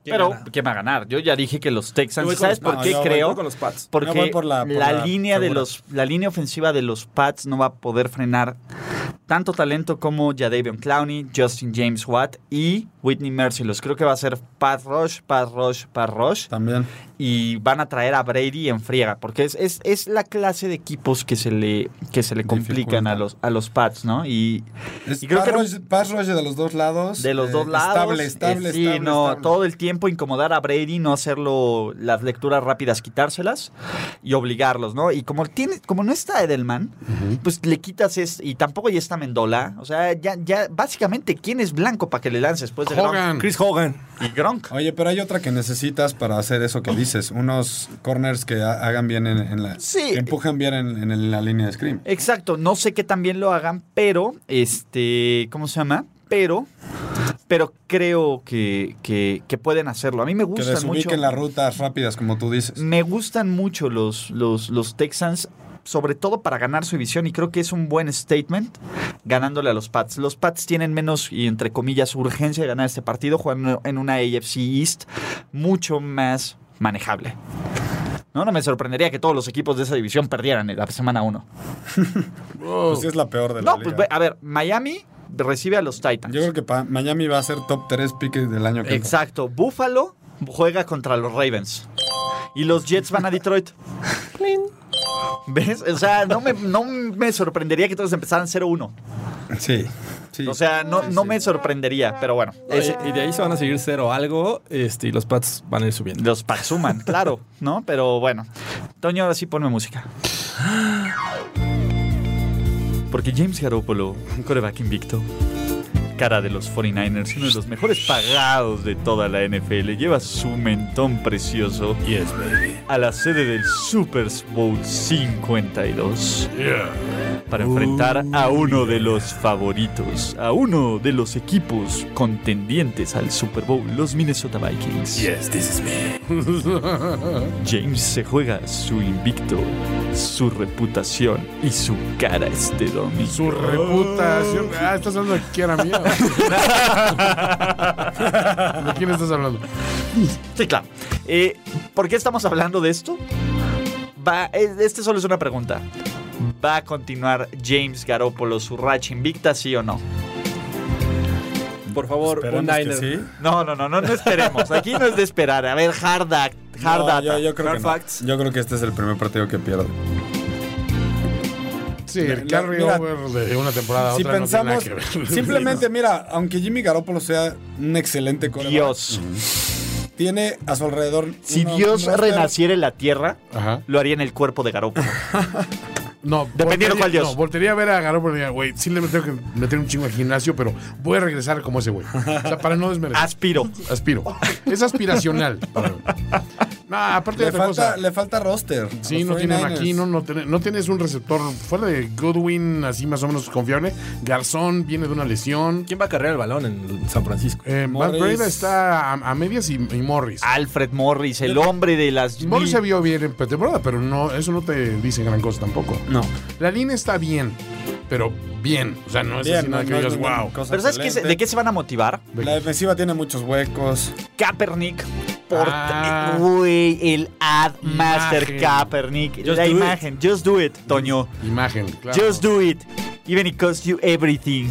A: Pero,
D: gana?
A: ¿quién va a ganar? Yo ya dije que los
D: Yo
A: Texans.
D: voy con
A: ¿Sabes
D: los-
A: por
C: no,
A: qué
C: yo voy-
A: creo?
D: voy con los Pats.
A: Porque
C: Yo voy por
A: la,
C: la- por la
A: línea de
C: segura.
A: los, la línea ofensiva de los Pats no va a poder frenar tanto talento como Jadavion Clowney, Justin James Watt y Whitney Merciless. Creo que va a ser Pat Rush, Pat Rush, Pat Rush.
C: También.
A: Y van a traer a Brady en friega. Porque es, es, es la clase de equipos que se le, que se le complican
C: Dificulta.
A: a los, a los Pats, ¿no? Y
C: Es
A: Y creo
C: creo
A: que
C: que
A: era un-
C: pass rush de los dos lados.
A: de los
C: eh,
A: dos lados.
C: Estable,
A: eh,
C: estable,
A: sí,
C: estable,
A: no,
C: estable.
A: todo el tiempo incomodar a Brady, no hacerlo las lecturas rápidas, quitárselas y obligarlos, ¿no? Y como tiene, como no está Edelman, pues le quitas es, y tampoco está Mendola. O sea, ya, ya básicamente, ¿quién es blanco para que le lances después de Gronk?
B: Hogan.
D: Chris Hogan.
A: Y Gronk.
C: Oye, pero hay otra que necesitas para hacer eso que dices. Unos corners que ha- hagan bien en, en la...
A: Sí. Eh,
C: que empujan bien en, en la línea de scream.
A: Exacto, no sé qué también lo hagan, pero, este, ¿cómo se llama? Pero, pero creo que, que, que pueden hacerlo. A mí me
C: Que
A: gustan mucho.
C: desubiquen las rutas rápidas, como tú dices.
A: Me gustan mucho los, los, los Texans, sobre todo para ganar su división, y creo que es un buen statement ganándole a los Pats. Los Pats tienen menos, y entre comillas, urgencia de ganar este partido, jugando en una AFC East mucho más manejable. No, no me sorprendería que todos los equipos de esa división perdieran en la semana 1.
C: Pues sí es la peor de la
A: No,
C: liga.
A: pues ve- a ver, Miami recibe a los Titans.
C: Yo creo que pa- Miami va a ser top 3 piques del año que entra.
A: Exacto, Buffalo juega contra los Ravens. Y los Jets van a Detroit. ¿Ves? O sea, no me, no me sorprendería que todos empezaran 0-1.
C: Sí, sí.
A: O sea, no, no me sorprendería, pero bueno. es-
D: y de ahí se van a seguir cero algo este, y los Pats van a ir subiendo.
A: los Pats suman, claro, ¿no? Pero bueno. Toño, ahora sí ponme música. Porque James Garoppolo, un coreback invicto, cara de los 49ers, uno de los mejores pagados de toda la NFL, lleva su mentón precioso a la sede del Super Bowl 52 para enfrentar a uno de los favoritos, a uno de los equipos contendientes al Super Bowl, los Minnesota Vikings. James se juega su invicto, su reputación y su cara este domingo.
B: Su reputación. Ah, estás hablando de quién era mía. ¿De quién estás hablando?
A: Sí, claro. Eh, ¿Por qué estamos hablando de esto? Va, eh, este solo es una pregunta. ¿Va a continuar James Garoppolo su racha invicta, sí o no?
D: Por favor, un
C: Esperemos que
D: Niner.
C: sí.
A: No, no, no, no, no esperemos. Aquí no es de esperar. A ver, hard act, hard
C: No,
A: data.
C: yo, yo creo
D: Hard
C: que no.
D: facts.
C: Yo creo que este es el primer partido que pierdo.
B: Sí, el
C: La- mira,
B: carryover de una temporada a
C: Si
B: otra no tiene nada
C: pensamos,
B: que ver.
C: simplemente mira, aunque Jimmy Garoppolo sea un excelente coreback,
A: Dios.
C: tiene a su alrededor
A: Si
C: uno-
A: Dios
C: un roster-
A: renaciera en la tierra,
B: Ajá.
A: lo haría en el cuerpo de Garoppolo.
B: No,
A: Dependiendo
B: voltearía-
A: cuál Dios.
B: No, voltería a ver a Garoppolo y diría, güey, sí le tengo que meter un chingo al gimnasio, pero voy a regresar como ese güey. O sea, para no desmerecer.
A: Aspiro.
B: Aspiro. Es aspiracional. para mí. No, aparte de
C: le
B: otra cosa.
C: falta, le falta roster. a
B: Sí,
C: los
B: no tienen
C: 49ers.
B: aquí, no, no, tiene- no tienes un receptor fuera de Goodwin, así más o menos confiable. Garzón viene de una lesión.
D: ¿Quién va a cargar el balón en San Francisco?
B: Eh, Matt
C: Morris.
B: Breda está a, a medias y, y Morris.
A: Alfred Morris, el hombre de las
B: Morris
A: mil-
B: se vio bien en pretemporada, pero no, eso no te dice gran cosa tampoco.
C: No.
B: La línea está bien, pero bien. O sea, no es
C: Bien,
B: así nada
C: no-
B: que
C: no
B: digas,
C: es ninguna
B: wow.
C: cosa
A: Pero ¿sabes qué se- de
C: excelente.
A: qué se van a motivar?
C: La defensiva tiene muchos huecos.
A: Kaepernick. Por
B: Ah.
A: güey, el ad master
B: Imagen.
A: Kaepernick.
D: Just
A: la
D: do it.
A: imagen. Just do it, Toño.
B: Imagen, claro.
A: Just do it. Even it costs you everything.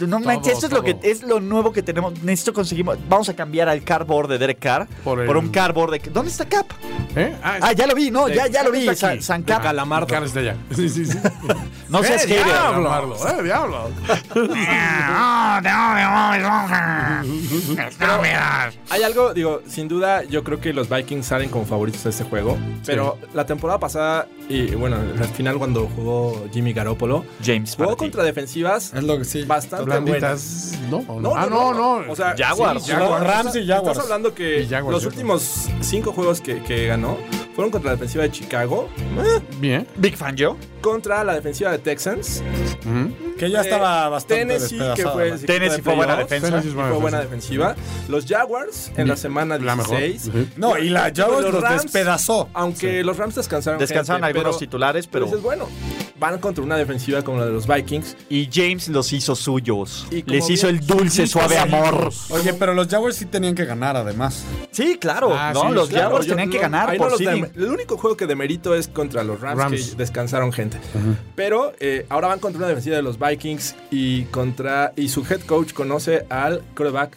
A: No manches, esto es lo
B: todo.
A: que es lo nuevo que tenemos. Necesito conseguimos. Vamos a cambiar al cardboard de Derek Carr por,
B: Por el-
A: un cardboard de ¿Dónde está Cap?
B: ¿Eh? Ah,
A: Ah, ya lo vi, no, ya, ya lo vi.
B: está
A: San,
B: aquí.
A: San Cap.
B: Calamar Cara está allá. Sí, sí, sí.
A: No seas
B: ¡Eh,
A: hater.
B: diablo! ¡Eh, diablo!
D: Hay algo, digo, sin duda, yo creo que los Vikings salen como favoritos a este juego. Pero la temporada pasada, y bueno, al final cuando jugó Jimmy Garoppolo,
A: James
D: jugó
A: para ti.
D: contra defensas
C: Es lo que sí.
D: bastante buenas.
B: Blanditas. ¿No? ¿O no? Ah, no, no.
D: O sea,
A: Jaguars.
D: o sea,
C: Jaguars. Rams y Jaguars.
D: Estás hablando que
B: Y Jaguars,
D: los
B: yo
D: últimos cinco juegos que, que ganó fueron contra la defensiva de Chicago, eh,
B: bien.
A: Big fan yo.
D: contra la defensiva de Texans.
C: que ya estaba
D: eh,
C: bastante
D: Tennessee, que
C: despedazada,
D: fue
C: ¿no?
D: el equipo
A: Tennessee
D: de
A: fue buena
D: playoffs,
B: defensa.
D: y fue buena defensiva. Los Jaguars en la semana
B: La mejor.
D: 16.
B: Ujú.
C: No, y la Jaguars
D: Los
C: los,
D: Rams-
C: despedazó.
D: Aunque los Rams descansaron.
A: Descansaron
D: gente,
A: algunos
D: pero-
A: titulares,
D: Pero
A: pero.
D: dices, bueno, van contra una defensiva como la de los Vikings.
A: Y James los hizo suyos.
D: Y como
A: Les hizo
D: bien- pues.
A: el dulce, suave amor.
C: Oye, pero los Jaguars sí tenían que ganar, además.
A: Sí, claro.
B: Ah,
A: no,
B: sí,
A: los
D: Claro,
A: Jaguars
D: yo
A: tenían que
D: no-
A: ganar
D: ahí no
A: por
D: los
A: sí.
D: dem- El único juego que demerito es contra los Rams,
B: Rams.
D: que descansaron gente. Pero eh, ahora van contra una defensiva de los Vikings y contra y su head coach conoce al quarterback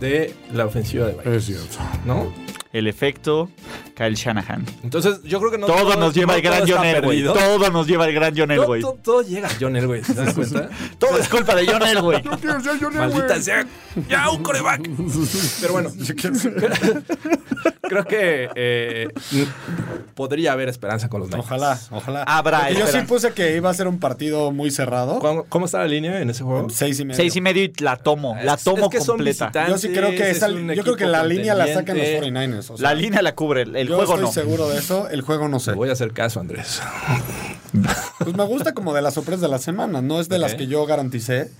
D: de la ofensiva de Vikings,
B: Es cierto.
D: ¿no?
A: El efecto Kyle Shanahan.
D: Entonces, yo creo que no
A: todo, nos lleva
D: no
A: al gran
D: todo está
A: John Elway.
D: perdido.
A: Todo nos lleva al gran John
D: Todo-
A: Elway.
D: todo,
A: Todo,
D: todo llega a John Elway, ¿te das cuenta?
A: es culpa de John Elway.
B: Quiero ser John Elway.
D: Maldita sea. Ya un coreback. Pero bueno, creo que eh, podría haber esperanza con los Niners.
C: Ojalá, ojalá.
A: Habrá
C: Porque Yo sí
A: esperanza.
C: puse que iba a ser un partido muy cerrado.
D: ¿Cómo, cómo está la línea en ese juego?
C: Seis y medio.
A: Seis y medio y la tomo, la
D: Es-
A: tomo
D: es que son
A: completa.
D: visitantes,
C: Yo sí creo que
D: es
C: esa-
D: un
C: yo creo que
D: equipo
C: la línea la sacan los
D: contendiente.
C: 49ers. o sea,
A: la línea la cubre, el, el
C: yo
A: juego
C: estoy
A: no.
C: seguro de eso. El juego no sé.
D: Te voy a hacer caso, Andrés.
C: Pues me gusta como de las sorpresas de la semana. No es de las
D: Ok.
C: que yo garanticé,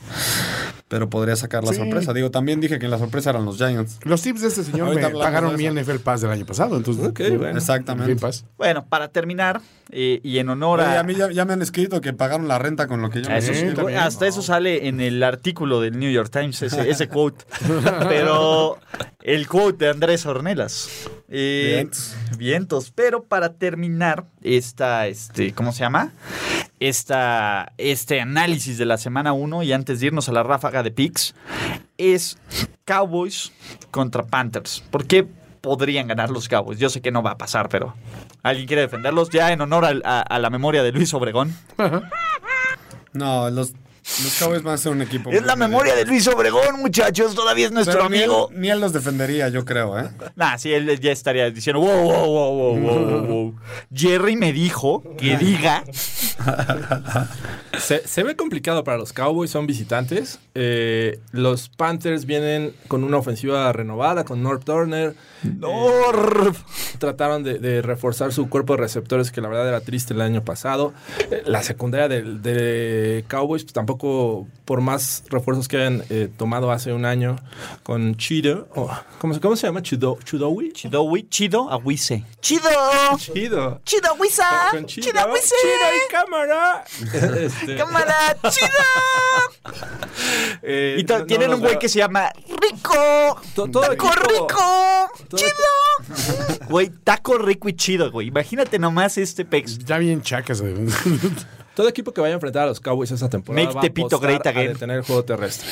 C: pero podría sacar la
B: Sí.
C: sorpresa. Digo, también dije que en la sorpresa eran los Giants.
B: Los tips de este señor
C: Ahorita
B: me
C: hablamos
B: pagaron
C: de
B: mi
C: eso.
B: NFL Pass del año pasado, entonces.
D: Ok, bueno.
C: Exactamente.
B: NFL Pass.
A: Bueno, para terminar, eh, y en honor
C: Oye,
A: a.
C: a mí ya, ya me han escrito que pagaron la renta con lo que yo
A: a
C: me
A: Ah, eso sí,
B: Eh, también,
A: hasta eso sale en el artículo del New York Times, ese, ese quote. Pero el quote de Andrés Ornelas. Eh,
C: Vientos.
A: vientos. Pero para terminar, esta, este, ¿cómo se llama? Esta, este análisis de la semana 1 y antes de irnos a la ráfaga de picks, es Cowboys contra Panthers. ¿Por qué podrían ganar los Cowboys? Yo sé que no va a pasar, pero ¿alguien quiere defenderlos? Ya en honor al- a- a la memoria de Luis Obregón.
C: No, los, los Cowboys van a ser un equipo.
A: Es
C: muy
A: la
C: mediocre.
A: memoria de Luis Obregón, muchachos. Todavía es nuestro
C: Pero ni él-
A: amigo.
C: Ni él, los defendería, yo creo, ¿eh?
A: Nah, sí, él ya estaría diciendo, wow, wow, wow, wow, wow, wow, wow". Jerry me dijo que diga.
D: Se, se ve complicado para los Cowboys, son visitantes. Eh, los Panthers vienen con una ofensiva renovada, con North Turner.
A: "Orf".
D: Trataron de, de reforzar su cuerpo de receptores, que la verdad era triste el año pasado. Eh, la secundaria del- de, Cowboys pues, tampoco, por más refuerzos que hayan eh, tomado hace un año con Chido. o- ¿cómo, se- cómo se llama? Chido, Chidowi?
A: Chido, güey, chido, agüise. Chido,
D: Chido.
A: chido,
F: Ah,
A: agüisa.
D: Con Chido.
A: Chido, agüise.
D: Chido y cámara. Este,
A: Cámara, chido.
D: eh,
A: Y to-
D: no-
A: tienen
D: no
A: un
D: los
A: güey
D: veo.
A: que se llama Rico.
D: To- todo
A: taco
D: equipo-
A: rico.
D: todo-
A: Chido. Güey, taco rico y chido, güey. Imagínate nomás este pex.
B: Ya bien chacas. eh.
D: Todo equipo que vaya a enfrentar a los Cowboys esa temporada
A: Make
D: va
A: the
D: a
A: pito
D: apostar
A: great again.
D: a detener el juego terrestre.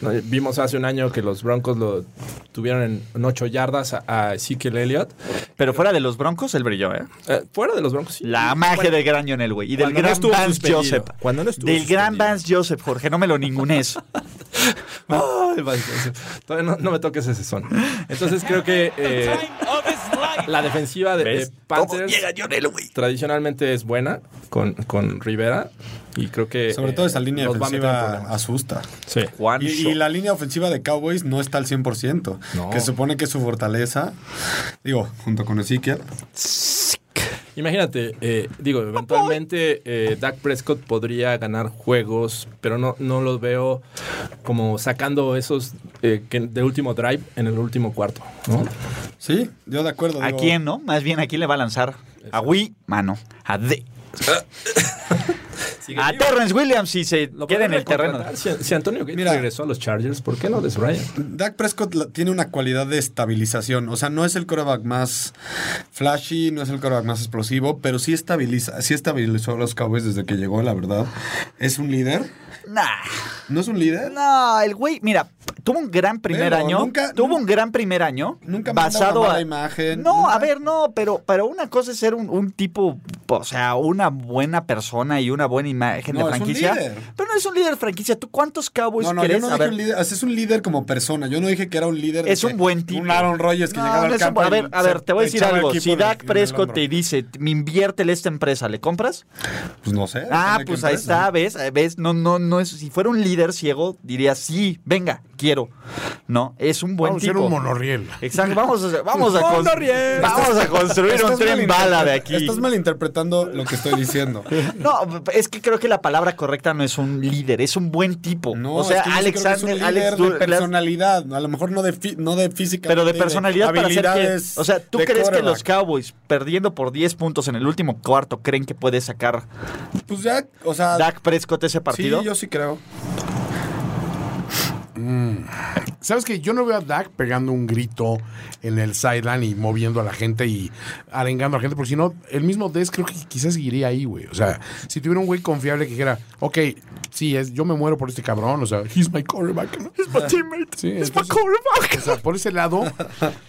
D: No, eh, Vimos hace un año que los Broncos lo tuvieron en, en ocho yardas a, a Ezekiel Elliott.
A: Pero fuera de los broncos, él brilló, ¿eh?
D: Eh, fuera de los Broncos, sí.
A: La magia del gran Lionel, güey. Y del
D: Cuando no
A: gran
D: estuvo
A: Vance
D: suspendido.
A: Joseph.
D: Cuando no estuvo
A: Del gran
D: suspendido.
A: Vance Joseph, Jorge, no me lo ningunes.
D: Ay, vaya, todavía no, no me toques ese son. Entonces creo que eh,
G: Of his life.
D: la defensiva de, de Panthers
A: Lionel, güey?
D: tradicionalmente es buena con, con Rivera. Y creo que.
C: Sobre
D: eh,
C: todo esa línea
D: los va a meter en
C: defensiva
D: problemas.
C: asusta.
D: Sí.
A: Juan
C: Y, y la línea ofensiva de Cowboys no está al 100%,
D: No.
C: que supone que es su fortaleza, digo, junto con Ezekiel,
D: Imagínate, eh, digo, eventualmente eh, Dak Prescott podría ganar juegos, pero no, no lo veo como sacando esos eh, que de último drive en el último cuarto. ¿no?
C: Sí, yo de acuerdo.
A: ¿A
C: digo,
A: quién, no? Más bien, ¿a quién le va a lanzar? A Wii, mano. A D. A Terrence Williams, si se
D: Lo
A: queda en
D: podrían
A: el terreno.
D: recontratar. Si, si Antonio Gates
C: Mira.
D: regresó a los Chargers, ¿por qué no Brian?
C: Dak Prescott la- tiene una cualidad de estabilización. O sea, no es el coreback más flashy, no es el coreback más explosivo, pero sí estabiliza, sí estabilizó a los Cowboys desde que llegó, la verdad. Es un líder.
A: Nah.
C: ¿No es un líder?
A: No, el güey, mira, tuvo un gran primer
C: Pero
A: año.
C: nunca-
A: tuvo
C: nunca-
A: un gran primer año.
C: nunca manda
A: basado
C: una mala
A: a-
C: imagen,
A: No,
C: nunca-
A: a ver, no, pero, pero una cosa es ser un, un tipo, o sea, una buena persona y una buena imagen
C: No,
A: de
C: es un
A: franquicia.
C: líder.
A: Pero no es un líder de franquicia. ¿Tú cuántos Cowboys
C: No, no,
A: crees?
C: yo Pues no
A: A
C: dije
A: ver,
C: un líder. o sea, Es un líder como persona. Yo no dije que era un líder. de
A: Es
C: que-
A: un buen tipo.
C: Un Aaron Rodgers que
A: No,
C: llegaba
A: no
C: al
A: es un-
C: campo.
A: a
C: y
A: ver, a
C: se
A: ver, te voy a decir
C: echaba el
A: algo.
C: equipo
A: Si
C: en el-
A: Dak
C: en el
A: Prescott
C: hombro.
A: te dice, me inviértele a esta empresa, ¿le compras?
C: Pues no sé.
A: Ah,
C: depende de
A: pues
C: qué
A: ahí
C: empresa.
A: está, ves, Eh, ves, no, no, no es. Si fuera un líder ciego, diría sí, venga, quiero. No, es un buen
B: Vamos a
A: tipo.
B: ser un monorriel.
A: Exacto, vamos a, vamos a, cons-
D: Monorriel.
A: vamos a construir un
C: Estás
A: tren
C: malinter-
A: bala de aquí.
C: Estás malinterpretando lo que estoy diciendo.
A: No, es que creo que la palabra correcta no es un líder, es un buen tipo.
C: No,
A: o sea,
C: es que yo sí creo que
A: Alexander,
C: es un líder
A: Alex
C: de
A: Dur-
C: personalidad, a lo mejor no de fi- no de física,
A: pero de personalidad para hacer que, o sea, ¿tú crees que los Cowboys perdiendo por 10 puntos en el último cuarto creen que puede sacar
C: pues ya, o sea,
A: Dak Prescott ese partido?
C: sí, yo sí creo.
B: ¿Sabes que Yo no veo a Dak pegando un grito en el sideline y moviendo a la gente y arengando a la gente, porque si no, el mismo Des creo que quizás seguiría ahí, güey. O sea, si tuviera un güey confiable que dijera, ok, sí, es, yo me muero por este cabrón, o sea, he's my quarterback. ¿no?
A: Es my teammate,
B: Sí,
A: es
B: entonces-
A: my quarterback.
B: O sea, por ese lado,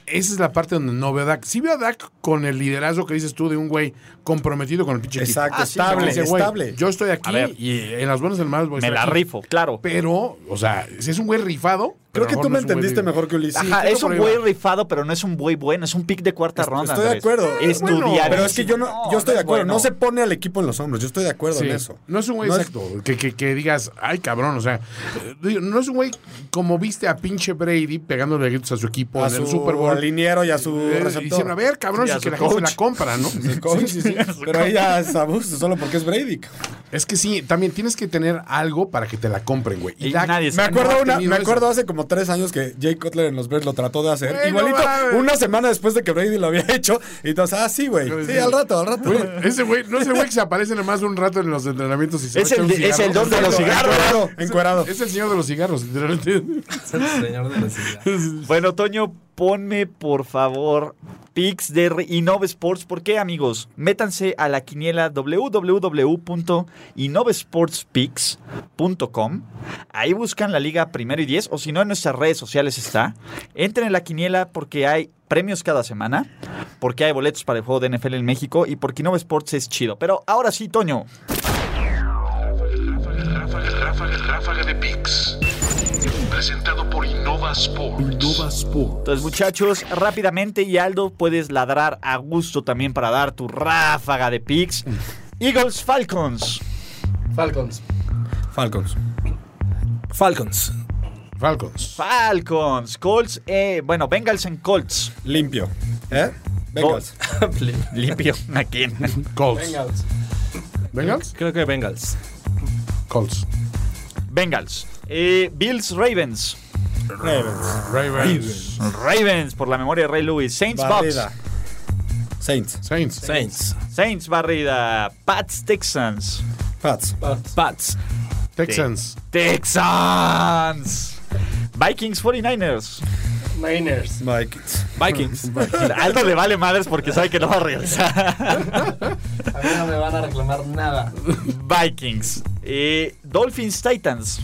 B: esa es la parte donde no veo a Dak. Sí veo a Dak con el liderazgo que dices tú de un güey comprometido con el pinche equipo.
C: Exacto,
A: Ah, sí,
C: estable,
B: Dice, güey,
C: estable.
B: Yo estoy aquí
A: A ver.
B: y en las buenas y en las malas voy a
A: Me
B: estar
A: la
B: aquí.
A: rifo, claro.
B: Pero, o sea, si es un güey rifado,
C: Creo
B: a
C: que
B: lo mejor
C: tú me
B: no es un güey
C: entendiste
B: de-
C: mejor que Ulises.
A: Ajá, eh,
B: creo
A: es
B: que por
A: un
B: ahí
A: güey
B: va.
A: rifado, pero no es un güey bueno, es un pick de cuarta ronda.
C: estoy de
A: Andrés.
C: acuerdo.
A: Es
B: Bueno,
A: estudiadísimo.
C: Pero es que yo no, yo estoy de
A: es
C: acuerdo. No
A: bueno.
C: se pone al equipo en los hombros. Yo estoy de acuerdo
B: Sí.
C: en eso.
B: No es un güey exacto. Que, que- que digas, ay, cabrón, o sea, eh, digo, no es un güey como viste a pinche Brady pegándole gritos a su equipo
C: a
B: en
C: su
B: el Super Bowl.
C: liniero y a su
B: Eh,
C: receptor.
B: Diciendo, a ver, cabrón,
A: Sí, a
B: si que
A: su
B: la gente se
A: coach.
B: la compra, ¿no?
C: El coach, sí, sí. Pero ahí ya es abuso, solo porque es Brady.
B: Es que sí, también tienes que tener algo para que te la compren, güey.
A: Y
B: Dak
A: nadie
C: Me
A: se-
B: no
C: acuerdo,
B: ha
C: una-
B: tenido
C: me acuerdo
B: eso.
C: hace como tres años que Jay Cutler en los Bears lo trató de hacer.
B: Güey, no
C: Igualito,
B: mames.
C: una semana después de que Brady lo había hecho. Y entonces, ah, sí, güey. Sí, al rato, al rato.
B: Pues Güey, Ese güey, no es el güey que se aparece nada más un rato en los entrenamientos y se
A: Es el
B: va a echar un
A: de- es
B: cigarro.
A: el don de los cigarros.
C: Encuerado, encuerado.
B: Es el señor de los cigarros, literalmente.
D: Señor de la ciudad.
A: Bueno, Toño, ponme por favor pics de Re- Innova Sports. ¿Por qué, amigos? Métanse a la quiniela www.innovesportspicks.com. Ahí buscan la liga primero y 10, o si no, en nuestras redes sociales está. Entren en la quiniela porque hay premios cada semana, porque hay boletos para el juego de NFL en México y porque Innova Sports es chido. Pero ahora sí, Toño,
H: Ráfaga, ráfaga, ráfaga de Pix. Presentado por Innova Sports. Innova Sports.
A: Entonces, muchachos, rápidamente y Aldo, puedes ladrar a gusto también para dar tu ráfaga de picks. Eagles Falcons.
E: Falcons.
C: Falcons.
D: Falcons.
B: Falcons.
A: Falcons. Colts. eh, bueno, Bengals en Colts.
C: Limpio. ¿Eh? Bengals.
A: Limpio. ¿A quién?
B: Colts.
E: Bengals.
B: Bengals.
D: Creo que Bengals.
B: Colts.
A: Bengals. Eh, Bills Ravens.
B: Ravens.
A: Ravens, por la memoria de Ray Lewis. Saints Bucks.
C: Barrida. Saints.
B: Saints.
D: Saints.
A: Saints barrida. Pats Texans.
C: Pats.
D: Pats.
B: Texans.
A: Texans. Vikings 49ers.
E: Niners.
C: Vikings.
D: Vikings.
A: Aldo le vale madres porque sabe que no va a regresar.
E: A mí no me van a reclamar nada.
A: Vikings. Eh, Dolphins Titans.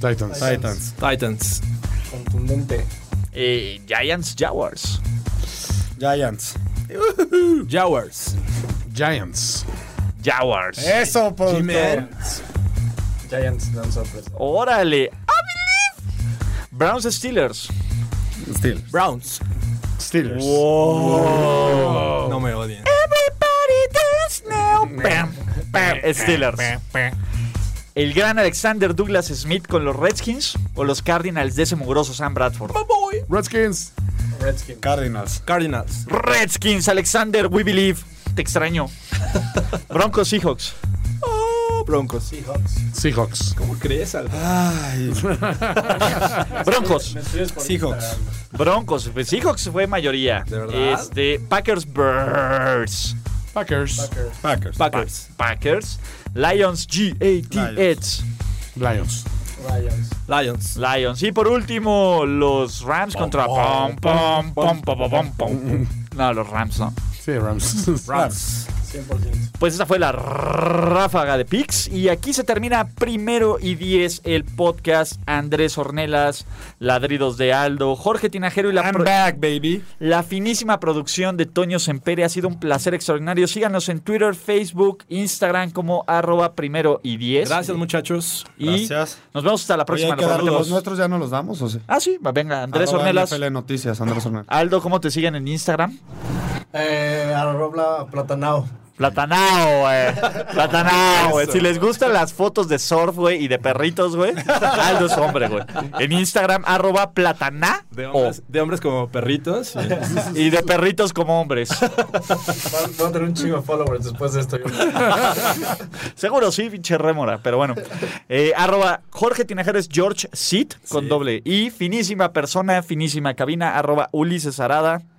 B: Titans.
C: Titans.
D: Titans.
E: Contundente.
A: Eh, Giants Jaguars.
C: Giants.
D: Jaguars.
B: Giants.
A: Jaguars.
C: Eso, productor.
E: Giants dan sorpresa.
A: Órale. I believe. Browns Steelers.
C: Steelers.
D: Browns.
B: Steelers.
D: No me odien.
A: Everybody dance now. Pam, pam. Steelers. El gran Alexander Douglas Smith con los Redskins o los Cardinals de ese mugroso Sam Bradford.
B: Redskins.
E: Redskins.
C: Cardinals.
D: Cardinals.
A: Redskins, Alexander, we believe. Te extraño. Broncos Seahawks.
D: Broncos.
E: Seahawks.
B: Seahawks.
D: ¿Cómo crees, Aldo?
A: Broncos.
E: Me escribes por
C: Seahawks.
E: Instagram.
A: Broncos. Pues Seahawks fue mayoría.
D: ¿De verdad?
A: Este, Packers Bears.
B: Packers.
E: Packers.
C: Packers.
D: Packers.
A: Packers. Lions G-A-T-S.
B: Lions.
E: Lions.
D: Lions.
A: Lions. Y por último, los Rams contra. Pom, pom, pom, pom, pom, pom, pom. No, los Rams no.
B: Sí, Rams.
D: Rams.
E: 100%.
A: Pues esa fue la ráfaga de picks. Y aquí se termina primero y diez el podcast. Andrés Ornelas, Ladridos de Aldo, Jorge Tinajero y la, pro-
C: back, baby.
A: la finísima producción de Toño Sempere. Ha sido un placer extraordinario. Síganos en Twitter, Facebook, Instagram como arroba primero y diez.
D: Gracias, muchachos.
A: Y
C: Gracias.
A: nos vemos hasta la
C: Oye,
A: próxima.
C: hay que
A: lo
C: dar
A: prometemos.
C: los nuestros ya no los damos, ¿o sí?
A: Ah, sí, va, venga, Andrés
C: Arroba
A: Ornelas.
C: NFL Noticias, Andrés Ornelas.
A: Aldo, ¿cómo te siguen en Instagram?
E: Eh, arroba Platanao.
A: Platanao, güey. Platanao, güey. Si les gustan las fotos de surf, güey, y de perritos, güey, Aldo es hombre, güey. En Instagram, arroba plataná
D: De
A: o-
D: hombres, de hombres como perritos.
A: y de perritos como hombres.
E: Va- Voy a tener un chingo de followers después de esto. yo creo.
A: Seguro sí, pinche rémora, pero bueno. Eh, arroba Jorge Tinajeres George Sit con
D: Sí.
A: doble. Y finísima persona, finísima cabina, arroba Ulises Arada.